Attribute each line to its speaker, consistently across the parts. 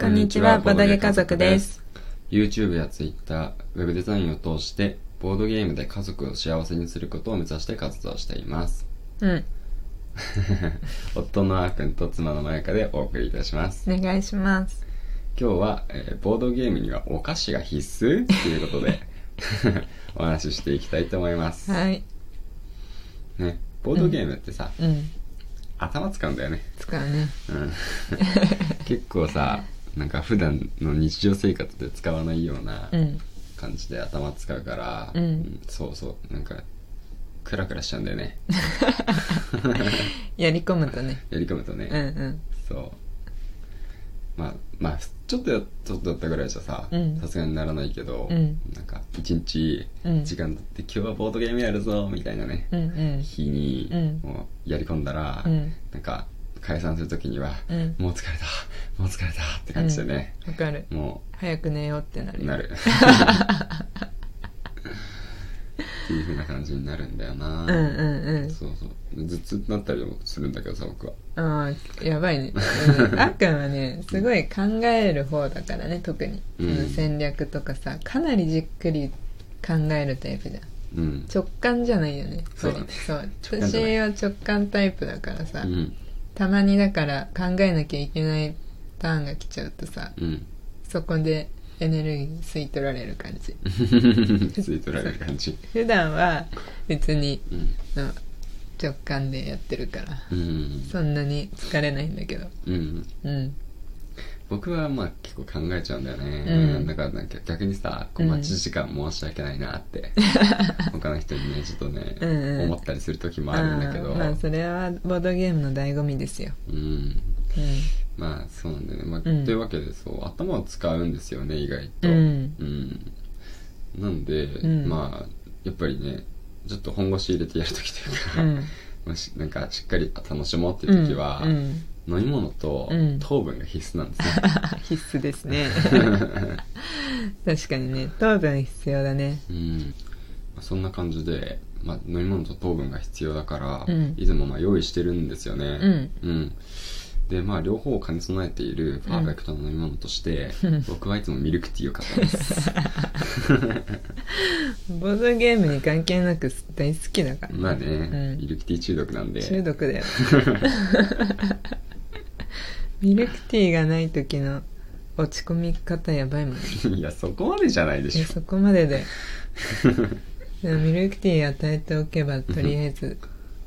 Speaker 1: こんにちは、ボードゲ家族です。。
Speaker 2: YouTube や Twitter、Web デザインを通して、ボードゲームで家族を幸せにすることを目指して活動しています。
Speaker 1: うん、
Speaker 2: 夫のあーくんと妻のまやかでお送りいたします。
Speaker 1: お願いします。
Speaker 2: 今日は、えーボードゲームにはお菓子が必須ということで、 お話ししていきたいと思います。
Speaker 1: はい、
Speaker 2: ね、ボードゲームってさ、
Speaker 1: うん、
Speaker 2: 頭使うんだよね。
Speaker 1: 使うね。
Speaker 2: うん 結構さ、なんか普段の日常生活で使わないような、
Speaker 1: うん、
Speaker 2: 感じで頭使うから、
Speaker 1: うん
Speaker 2: そうそうなんかクラクラしちゃうんだ よね
Speaker 1: やり込むとね。
Speaker 2: やり込むとね、
Speaker 1: うんうん。
Speaker 2: そうまあまあちょっとやちょっとやったぐらいじゃさ
Speaker 1: うん
Speaker 2: さすがにならないけど、
Speaker 1: うん
Speaker 2: なんか一日
Speaker 1: うん
Speaker 2: 時間取って、今日はボードゲームやるぞみたいなね、
Speaker 1: うんうん。
Speaker 2: 日に
Speaker 1: うん
Speaker 2: もうやり込んだら、
Speaker 1: うん
Speaker 2: なんか解散する時には、
Speaker 1: うん
Speaker 2: もう疲れたもう疲れたって感じでね、
Speaker 1: わかる。
Speaker 2: も
Speaker 1: 早く寝ようってな
Speaker 2: う
Speaker 1: る。
Speaker 2: なるっていう風な感じになるんだよな
Speaker 1: うんうん
Speaker 2: そうそう頭痛になったりもするんだけどさ僕は
Speaker 1: うん。ああ、やばいね。 うんあっくんはね、すごい考える方だからね、特に。
Speaker 2: うん
Speaker 1: その戦略とかさ、かなりじっくり考えるタイプじゃん。
Speaker 2: うん
Speaker 1: 直感じゃないよね。
Speaker 2: そうだね
Speaker 1: そう。
Speaker 2: 直感じゃない
Speaker 1: 私は直感タイプだからさ。
Speaker 2: うん
Speaker 1: たまにだから考えなきゃいけないターンが来ちゃうとさ
Speaker 2: うん
Speaker 1: そこでエネルギー吸い取られる感じ
Speaker 2: 吸い取られる感じ
Speaker 1: 普段は別に
Speaker 2: うん
Speaker 1: の直感でやってるから
Speaker 2: うん
Speaker 1: そんなに疲れないんだけど
Speaker 2: うん
Speaker 1: うん
Speaker 2: 僕はまあ結構考えちゃうんだよね、
Speaker 1: うん
Speaker 2: だからなんか逆にさこう
Speaker 1: うん
Speaker 2: 待ち時間申し訳ないな って、他の人にねちょっとね
Speaker 1: うんうん
Speaker 2: 思ったりする時もあるんだけど
Speaker 1: あーまあそれはボードゲームの醍醐味ですよ
Speaker 2: うん
Speaker 1: う
Speaker 2: まあそうなんだよね、まあ
Speaker 1: うん
Speaker 2: というわけでそう頭を使うんですよね意外と、
Speaker 1: うん
Speaker 2: うんなんで、
Speaker 1: ん
Speaker 2: まあやっぱりねちょっと本腰入れてやるときというか、
Speaker 1: ん
Speaker 2: もしなんかしっかり楽しもうっていう時は、
Speaker 1: うん うん
Speaker 2: 飲み物と
Speaker 1: うん
Speaker 2: 糖分が必須なんですね、
Speaker 1: あ必須ですね 確かにね糖分必要だね
Speaker 2: うんまあそんな感じで、まあ、飲み物と糖分が必要だから、
Speaker 1: うん
Speaker 2: いつもまあ用意してるんですよね
Speaker 1: うん、
Speaker 2: うんでまあ両方を兼ね備えているパーフェクトな飲み物として、僕はいつもミルクティーを買ってます
Speaker 1: ボードゲームに関係なく大好きだからね
Speaker 2: まあね、
Speaker 1: うん
Speaker 2: ミルクティー中毒なんで
Speaker 1: 中毒だよミルクティーがない時の落ち込み方やばいもんね
Speaker 2: いやそこまでじゃないで
Speaker 1: いや
Speaker 2: しょ
Speaker 1: そこまでででもミルクティー与えておけばとりあえず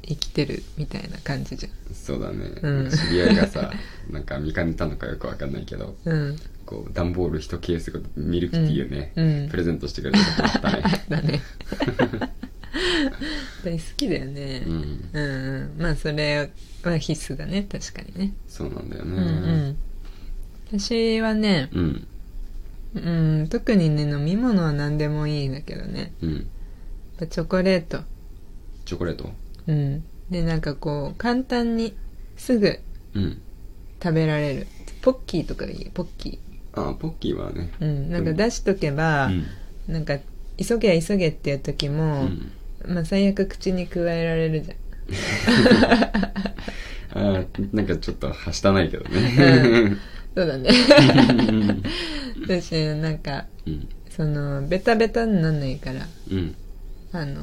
Speaker 1: 生きてるみたいな感じじ
Speaker 2: そうだね、
Speaker 1: うん
Speaker 2: 知り合いがさなんか見かねたのかよくわかんないけど
Speaker 1: ゃんうん
Speaker 2: こう段ボール一ケースごとミルクティーをね、
Speaker 1: うんうん
Speaker 2: プレゼントしてくれたこ とあったね
Speaker 1: だね大好きだよね
Speaker 2: う、
Speaker 1: うん
Speaker 2: ん、
Speaker 1: うんまあそれは必須だね確かにね
Speaker 2: そうなんだよ
Speaker 1: うん
Speaker 2: ね
Speaker 1: うん私はね、
Speaker 2: うん
Speaker 1: うん、特にね飲み物は何でもいいんだけどね
Speaker 2: うん、
Speaker 1: やっぱチョコレート
Speaker 2: チョコレート
Speaker 1: うんでなんかこう簡単にすぐ
Speaker 2: うん
Speaker 1: 食べられるポッキーとかいいポッキ
Speaker 2: あポッキーはね
Speaker 1: ーうんなんか出しとけ
Speaker 2: う
Speaker 1: ば、
Speaker 2: ん
Speaker 1: なんか急げ急げっていう時
Speaker 2: う
Speaker 1: も、
Speaker 2: ん
Speaker 1: まあ最悪口に加えられるじゃん
Speaker 2: あーなんかちょっとはしたないけど
Speaker 1: う
Speaker 2: ね
Speaker 1: そうだね私なんか
Speaker 2: うん
Speaker 1: そのベタベタになんないから
Speaker 2: うん
Speaker 1: あの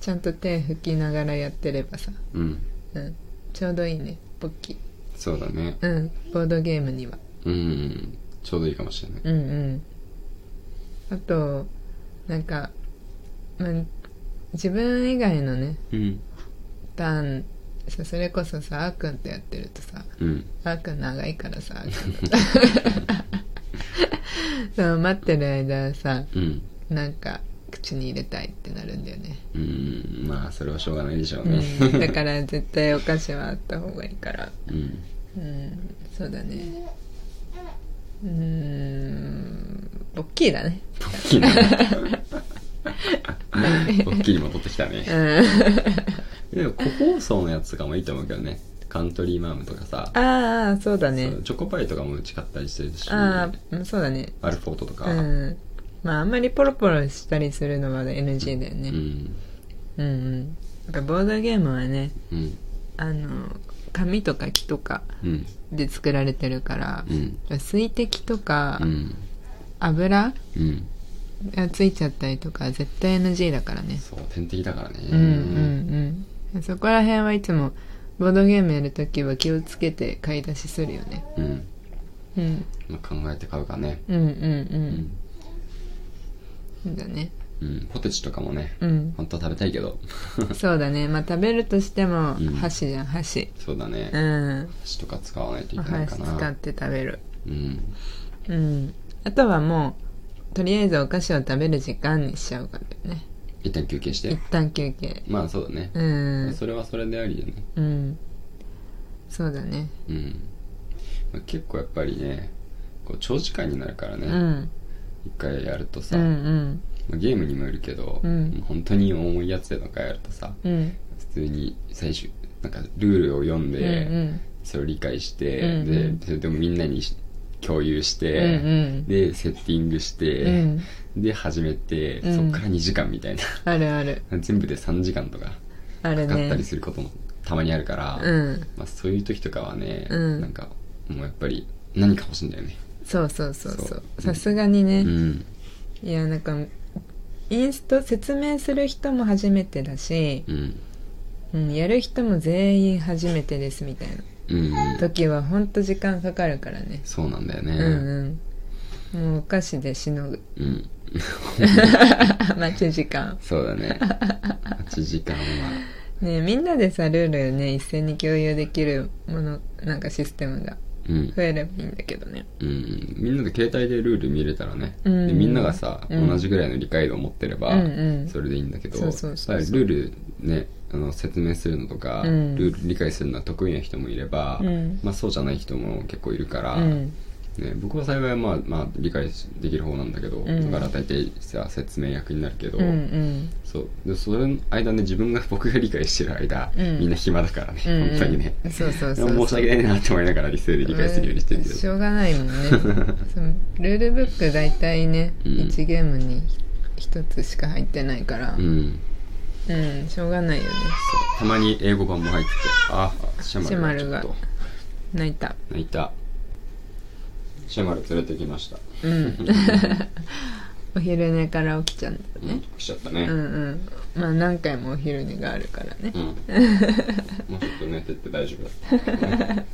Speaker 1: ちゃんと手拭きながらやってればさ、
Speaker 2: うん
Speaker 1: うん、ちょうどいいねポッキー
Speaker 2: そうだね
Speaker 1: うんボードゲームには
Speaker 2: うんちょうどいいかもしれない
Speaker 1: うんうんあとなんか、まあ、自分以外のね
Speaker 2: うん
Speaker 1: ターンさそれこそさあーくんとやってるとさ
Speaker 2: うん
Speaker 1: あーくん長いからさあーくんとそう待ってる間さ
Speaker 2: うん
Speaker 1: なんか口に入れたいってなるんだよね、
Speaker 2: うんまあそれはしょうがないでしょう
Speaker 1: う
Speaker 2: ね
Speaker 1: ん、だから絶対お菓子はあった方がいいから
Speaker 2: うん
Speaker 1: うんそうだねうーんポッキーだね
Speaker 2: ポッキーねポッキーに戻ってきたね
Speaker 1: うん
Speaker 2: でも個包装のやつとかもいいと思うけどねカントリーマームとかさ、
Speaker 1: ああそうだね
Speaker 2: そうチョコパイとかもうち買ったりしてるし
Speaker 1: あ
Speaker 2: ア
Speaker 1: あうんそうだね
Speaker 2: ルフォートとか、
Speaker 1: う
Speaker 2: うん
Speaker 1: んまああんまりポロポロしたりするのは NG だよね、うん、うんやっぱボードゲームはね
Speaker 2: うん
Speaker 1: あの紙とか木とか
Speaker 2: うん
Speaker 1: で作られてるから
Speaker 2: う、ん
Speaker 1: 水滴とか、
Speaker 2: うん
Speaker 1: 油
Speaker 2: うん
Speaker 1: がついちゃったりとか絶対 NG だからね
Speaker 2: そう天敵だからね
Speaker 1: うんうんうんそこら辺はいつもボードゲームやるときは気をつけて買い出しするよね、
Speaker 2: うん、
Speaker 1: うん、
Speaker 2: まあ、考えて買うかね
Speaker 1: うんうんう
Speaker 2: うんん、
Speaker 1: そうだね
Speaker 2: うん、ポテチとかもね、
Speaker 1: うん
Speaker 2: 本当は食べたいけど
Speaker 1: そうだねまあ食べるとしても
Speaker 2: うん
Speaker 1: 箸じゃん箸
Speaker 2: そうだね、
Speaker 1: うん
Speaker 2: 箸とか使わないとい
Speaker 1: お
Speaker 2: けないか
Speaker 1: 箸使
Speaker 2: な
Speaker 1: って食べる
Speaker 2: うん
Speaker 1: うんあとはもうとりあえずお菓子を食べる時間にしちゃうからだよね
Speaker 2: 一旦休憩し
Speaker 1: 一
Speaker 2: て
Speaker 1: 旦休憩
Speaker 2: まあそうだね、
Speaker 1: うん
Speaker 2: それはそれでありよね
Speaker 1: うんそうだね
Speaker 2: うん、まあ、結構やっぱりねこう長時間になるからね、
Speaker 1: うん
Speaker 2: 一回やると
Speaker 1: う
Speaker 2: さ、
Speaker 1: んうん
Speaker 2: まあゲームにもよるけど、
Speaker 1: うん
Speaker 2: もう本当に重いやつとかやるとさ
Speaker 1: うん
Speaker 2: 普通に最終なんかルールを読ん
Speaker 1: うんう
Speaker 2: で、
Speaker 1: ん
Speaker 2: それを理解して、
Speaker 1: うんうん
Speaker 2: でそれでもみんなにし共有して、
Speaker 1: うんうん
Speaker 2: でセッティングして、
Speaker 1: うん
Speaker 2: で始めて、
Speaker 1: うん
Speaker 2: そっから2時間みたいな
Speaker 1: あるある
Speaker 2: 全部で3時間とか
Speaker 1: あ
Speaker 2: か
Speaker 1: る
Speaker 2: かったり
Speaker 1: ね
Speaker 2: することもたまにあるから、
Speaker 1: うん
Speaker 2: まあ、そういう時とかはね、
Speaker 1: うん
Speaker 2: なんかもうやっぱり何か欲しいんだよね
Speaker 1: そうそうそうそ
Speaker 2: そう
Speaker 1: うさすがに
Speaker 2: う
Speaker 1: ね、
Speaker 2: ん
Speaker 1: いやなんかインスト説明する人も初めてだし、
Speaker 2: うん
Speaker 1: うん、やる人も全員初めてですみたいな
Speaker 2: うん
Speaker 1: 時はほんと時間かかるからね
Speaker 2: そうなんだよね
Speaker 1: うんうんもうお菓子でしのぐ
Speaker 2: うん、
Speaker 1: 待ち時間
Speaker 2: そうだね8時間は
Speaker 1: ねみんなでさルールね一斉に共有できるものなんかシステムが
Speaker 2: うん
Speaker 1: 増えればいいんだけどね
Speaker 2: うん、みんなで携帯でルール見れたらね、
Speaker 1: うん
Speaker 2: でみんながさ、
Speaker 1: うん
Speaker 2: 同じぐらいの理解度を持ってれば、
Speaker 1: うんうん
Speaker 2: それでいいんだけど
Speaker 1: そうそうそうそう
Speaker 2: やっぱりルールねあの説明するのとか、
Speaker 1: うん
Speaker 2: ルール理解するのは得意な人もいれば、
Speaker 1: うん
Speaker 2: まあ、そうじゃない人も結構いるから、
Speaker 1: うん
Speaker 2: ね、僕は幸い、まあまあ、理解できる方なんだけど、
Speaker 1: ん
Speaker 2: だから大体さ説明役になるけど、
Speaker 1: うんうん
Speaker 2: そうでそれの間ね自分が僕が理解してる間、
Speaker 1: うん
Speaker 2: みんな暇だからね、
Speaker 1: うんうん
Speaker 2: 本当にね
Speaker 1: そうそうそうそう
Speaker 2: 申し訳ないなって思いながら理性で理解するようにしてるけど、
Speaker 1: しょうがない もんねそのルールブック大体ね、
Speaker 2: うん
Speaker 1: 1ゲームに1つしか入ってないから
Speaker 2: う
Speaker 1: うん、
Speaker 2: ん
Speaker 1: しょうがないよね
Speaker 2: たまに英語版も入っててあシェマルがち
Speaker 1: シェマルが
Speaker 2: ょっと
Speaker 1: 泣いた
Speaker 2: 泣いたシェマル連れてきました
Speaker 1: うんお昼寝から起きちゃうんだよ
Speaker 2: うん
Speaker 1: ね、
Speaker 2: 来ちゃったね
Speaker 1: うん、うんまあ何回もお昼寝があるからね
Speaker 2: う、んもうちょっと寝てって大丈夫だった、ね、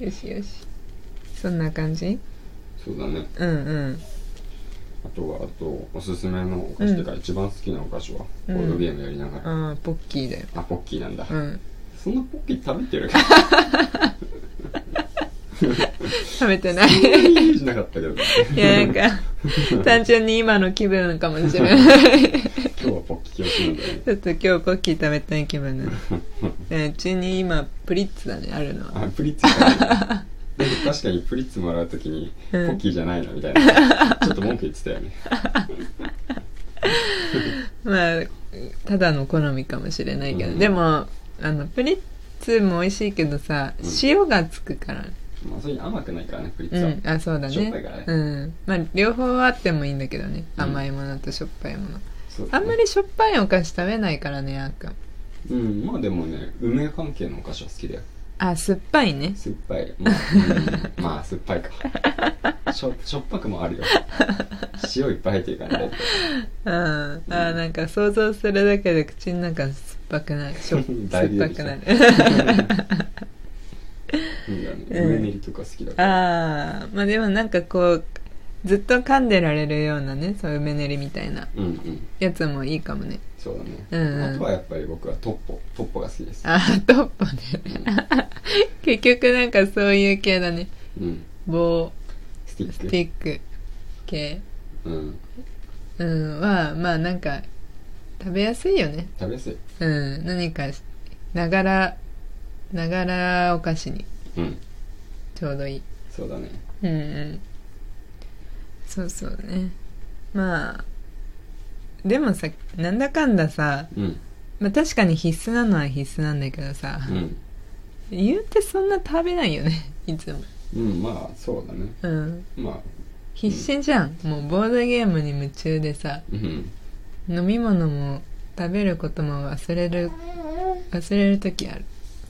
Speaker 1: よしよしそんな感じ
Speaker 2: そうだね
Speaker 1: うんうん
Speaker 2: あとはあとおすすめのお菓子っていうか、一番好きなお菓子はボードゲームやりながら、
Speaker 1: ああポッキーだよ
Speaker 2: あポッキーなんだ、
Speaker 1: うん
Speaker 2: そんなポッキー食べてる
Speaker 1: 食べて ない
Speaker 2: イメージなかったけどね
Speaker 1: いやなんか単純に今の気分かもしれ ない
Speaker 2: 今日はポッキーをしなんだよね
Speaker 1: ちょっと今日ポッキー食べたい気分だねねうちに今プリッツだねあるのは
Speaker 2: あプリッツじゃないでも確かにプリッツもらうときにポ
Speaker 1: うん
Speaker 2: ッキーじゃないのみたいなちょっと文句言ってたよね
Speaker 1: まあただの好みかもしれないけど、
Speaker 2: うん
Speaker 1: でもあのプリッツも美味しいけどさ
Speaker 2: うん
Speaker 1: 塩がつくから
Speaker 2: まあそれに甘くないからねプリッ
Speaker 1: う
Speaker 2: ツは、
Speaker 1: ん、あそうだね
Speaker 2: しょっぱいからね
Speaker 1: うんまあ両方あってもいいんだけどね、
Speaker 2: うん
Speaker 1: 甘いものとしょっぱいもの
Speaker 2: そう
Speaker 1: あんまりしょっぱいお菓子食べないからねあーくん
Speaker 2: うんまあでもね梅関係のお菓子は好きだ よ
Speaker 1: あ酸っぱいね
Speaker 2: 酸っぱいまあ、うんまあ酸っぱい かしょしょっぱくもあるよ塩いっぱい入って るからね
Speaker 1: うんあーなんか想像するだけで口の中酸っぱくなる しょ
Speaker 2: だ
Speaker 1: 酸
Speaker 2: い
Speaker 1: っ
Speaker 2: ぶ
Speaker 1: ぱ
Speaker 2: 出て
Speaker 1: く
Speaker 2: きた
Speaker 1: なる
Speaker 2: うんだね
Speaker 1: うん
Speaker 2: 梅練りとか好きだから、
Speaker 1: ああまあでもなんかこうずっと噛んでられるようなねそういう梅練りみたいな
Speaker 2: うんうん
Speaker 1: やつもいいかもね
Speaker 2: そうだね、
Speaker 1: うんうん
Speaker 2: あとはやっぱり僕はトッポトッポが好きです
Speaker 1: ああ トッポね結局なんかそういう系だね
Speaker 2: うん
Speaker 1: 棒
Speaker 2: スティッ
Speaker 1: ス
Speaker 2: ク
Speaker 1: ティック系
Speaker 2: うん
Speaker 1: うんはまあなんか食べやすいよね
Speaker 2: 食べやすい
Speaker 1: うん何かしながらながらお菓子に
Speaker 2: うん
Speaker 1: ちょうどいい
Speaker 2: そうだね
Speaker 1: うんうんそうそうねまあでもさなんだかんださ、
Speaker 2: うん
Speaker 1: まあ、確かに必須なのは必須なんだけどさ、
Speaker 2: うん
Speaker 1: 言うてそんな食べないよね いつも
Speaker 2: うんまあそうだね
Speaker 1: うん
Speaker 2: まあ
Speaker 1: 必死じゃん、もうボードゲームに夢中でさ
Speaker 2: うん
Speaker 1: 飲み物も食べることも忘れる忘れる時ある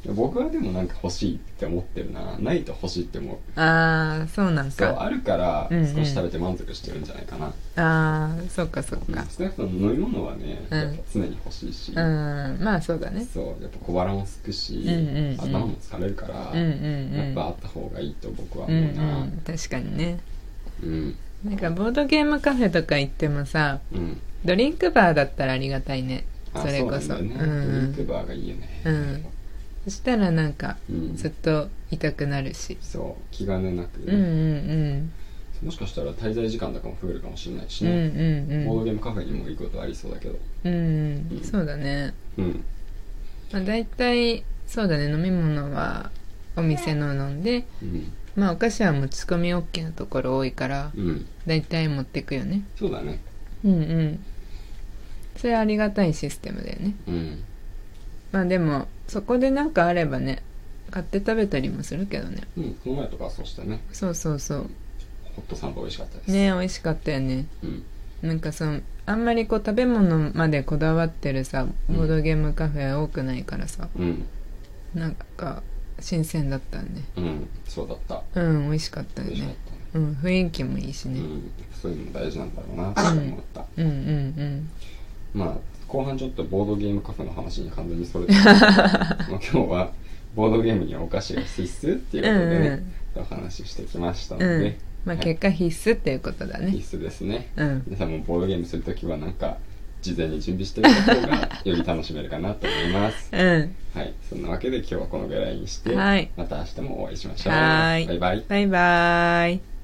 Speaker 2: や僕はでもなんか欲しいって思ってるなないと欲しいって思う
Speaker 1: ああそうなん
Speaker 2: そう
Speaker 1: か
Speaker 2: あるから
Speaker 1: うんうん
Speaker 2: 少し食べて満足してるんじゃないかな、
Speaker 1: ああそっかそっ
Speaker 2: うん
Speaker 1: か
Speaker 2: 少なくとも飲み物はね、
Speaker 1: うん
Speaker 2: やっぱ常に欲しいし、
Speaker 1: うんまあそうだね
Speaker 2: そうやっぱ小腹もすくし、
Speaker 1: うんうんうん
Speaker 2: 頭も疲れるから、
Speaker 1: うんうんうん
Speaker 2: やっぱあった方がいいと僕は
Speaker 1: う
Speaker 2: 思うんな
Speaker 1: うん確かにね
Speaker 2: うん
Speaker 1: なんかボードゲームカフェとか行ってもさ
Speaker 2: うん
Speaker 1: ドリンクバーだったらありがたいね
Speaker 2: あ
Speaker 1: それこそ
Speaker 2: うなんだよね、
Speaker 1: うんうん
Speaker 2: ドリンクバーがいいよね
Speaker 1: うんそしたらなんか
Speaker 2: うん
Speaker 1: ずっと痛くなるし
Speaker 2: そう気兼ねなく、
Speaker 1: うんうん
Speaker 2: もしかしたら滞在時間とかも増えるかもしれないし
Speaker 1: うんうん
Speaker 2: ね、ボー
Speaker 1: う
Speaker 2: ド
Speaker 1: ん
Speaker 2: ゲームカフェにも行くことありそうだけど
Speaker 1: うんうんそうだね
Speaker 2: うん
Speaker 1: まあ大体そうだね飲み物はお店の飲んで
Speaker 2: うん
Speaker 1: まあお菓子は持ち込み OK なところ多いから
Speaker 2: うん
Speaker 1: 大体持ってくよね
Speaker 2: そうだね
Speaker 1: うんうんそれはありがたいシステムだよね
Speaker 2: うん
Speaker 1: まあでもそこでなんかあればね買って食べたりもするけどね
Speaker 2: うんこの前とかそうしたね
Speaker 1: そうそうそう
Speaker 2: ホットサンド美味しかったです
Speaker 1: ね美味しかったよね
Speaker 2: うん
Speaker 1: なんかそのあんまりこう食べ物までこだわってるさ
Speaker 2: うん
Speaker 1: ボードゲームカフェは多くないからさ、
Speaker 2: うん
Speaker 1: なんか新鮮だったね
Speaker 2: うんそうだった
Speaker 1: うん美味しかったよ
Speaker 2: 美味しかっ
Speaker 1: ねうん雰囲気もいいした
Speaker 2: ねう
Speaker 1: ね、
Speaker 2: んそういうのも大事なんだろうなって思った、
Speaker 1: うん、うんうん
Speaker 2: まあ後半ちょっとボードゲームカフェの話に完全にそ れてまあ今日はボードゲームにはお菓子が必須っていうことでね、お話ししてきましたの
Speaker 1: うん
Speaker 2: で、
Speaker 1: まあ
Speaker 2: はい
Speaker 1: 結果必須っていうことだね
Speaker 2: 必須ですね
Speaker 1: うん
Speaker 2: 皆さんもボードゲームするときはなんか事前に準備しておいた方がより楽しめるかなと思います
Speaker 1: うん
Speaker 2: はいそんなわけで今日はこのぐらいにして、
Speaker 1: はい
Speaker 2: また明日もお会いしましょう
Speaker 1: はーい
Speaker 2: バイバイ
Speaker 1: バイバーイ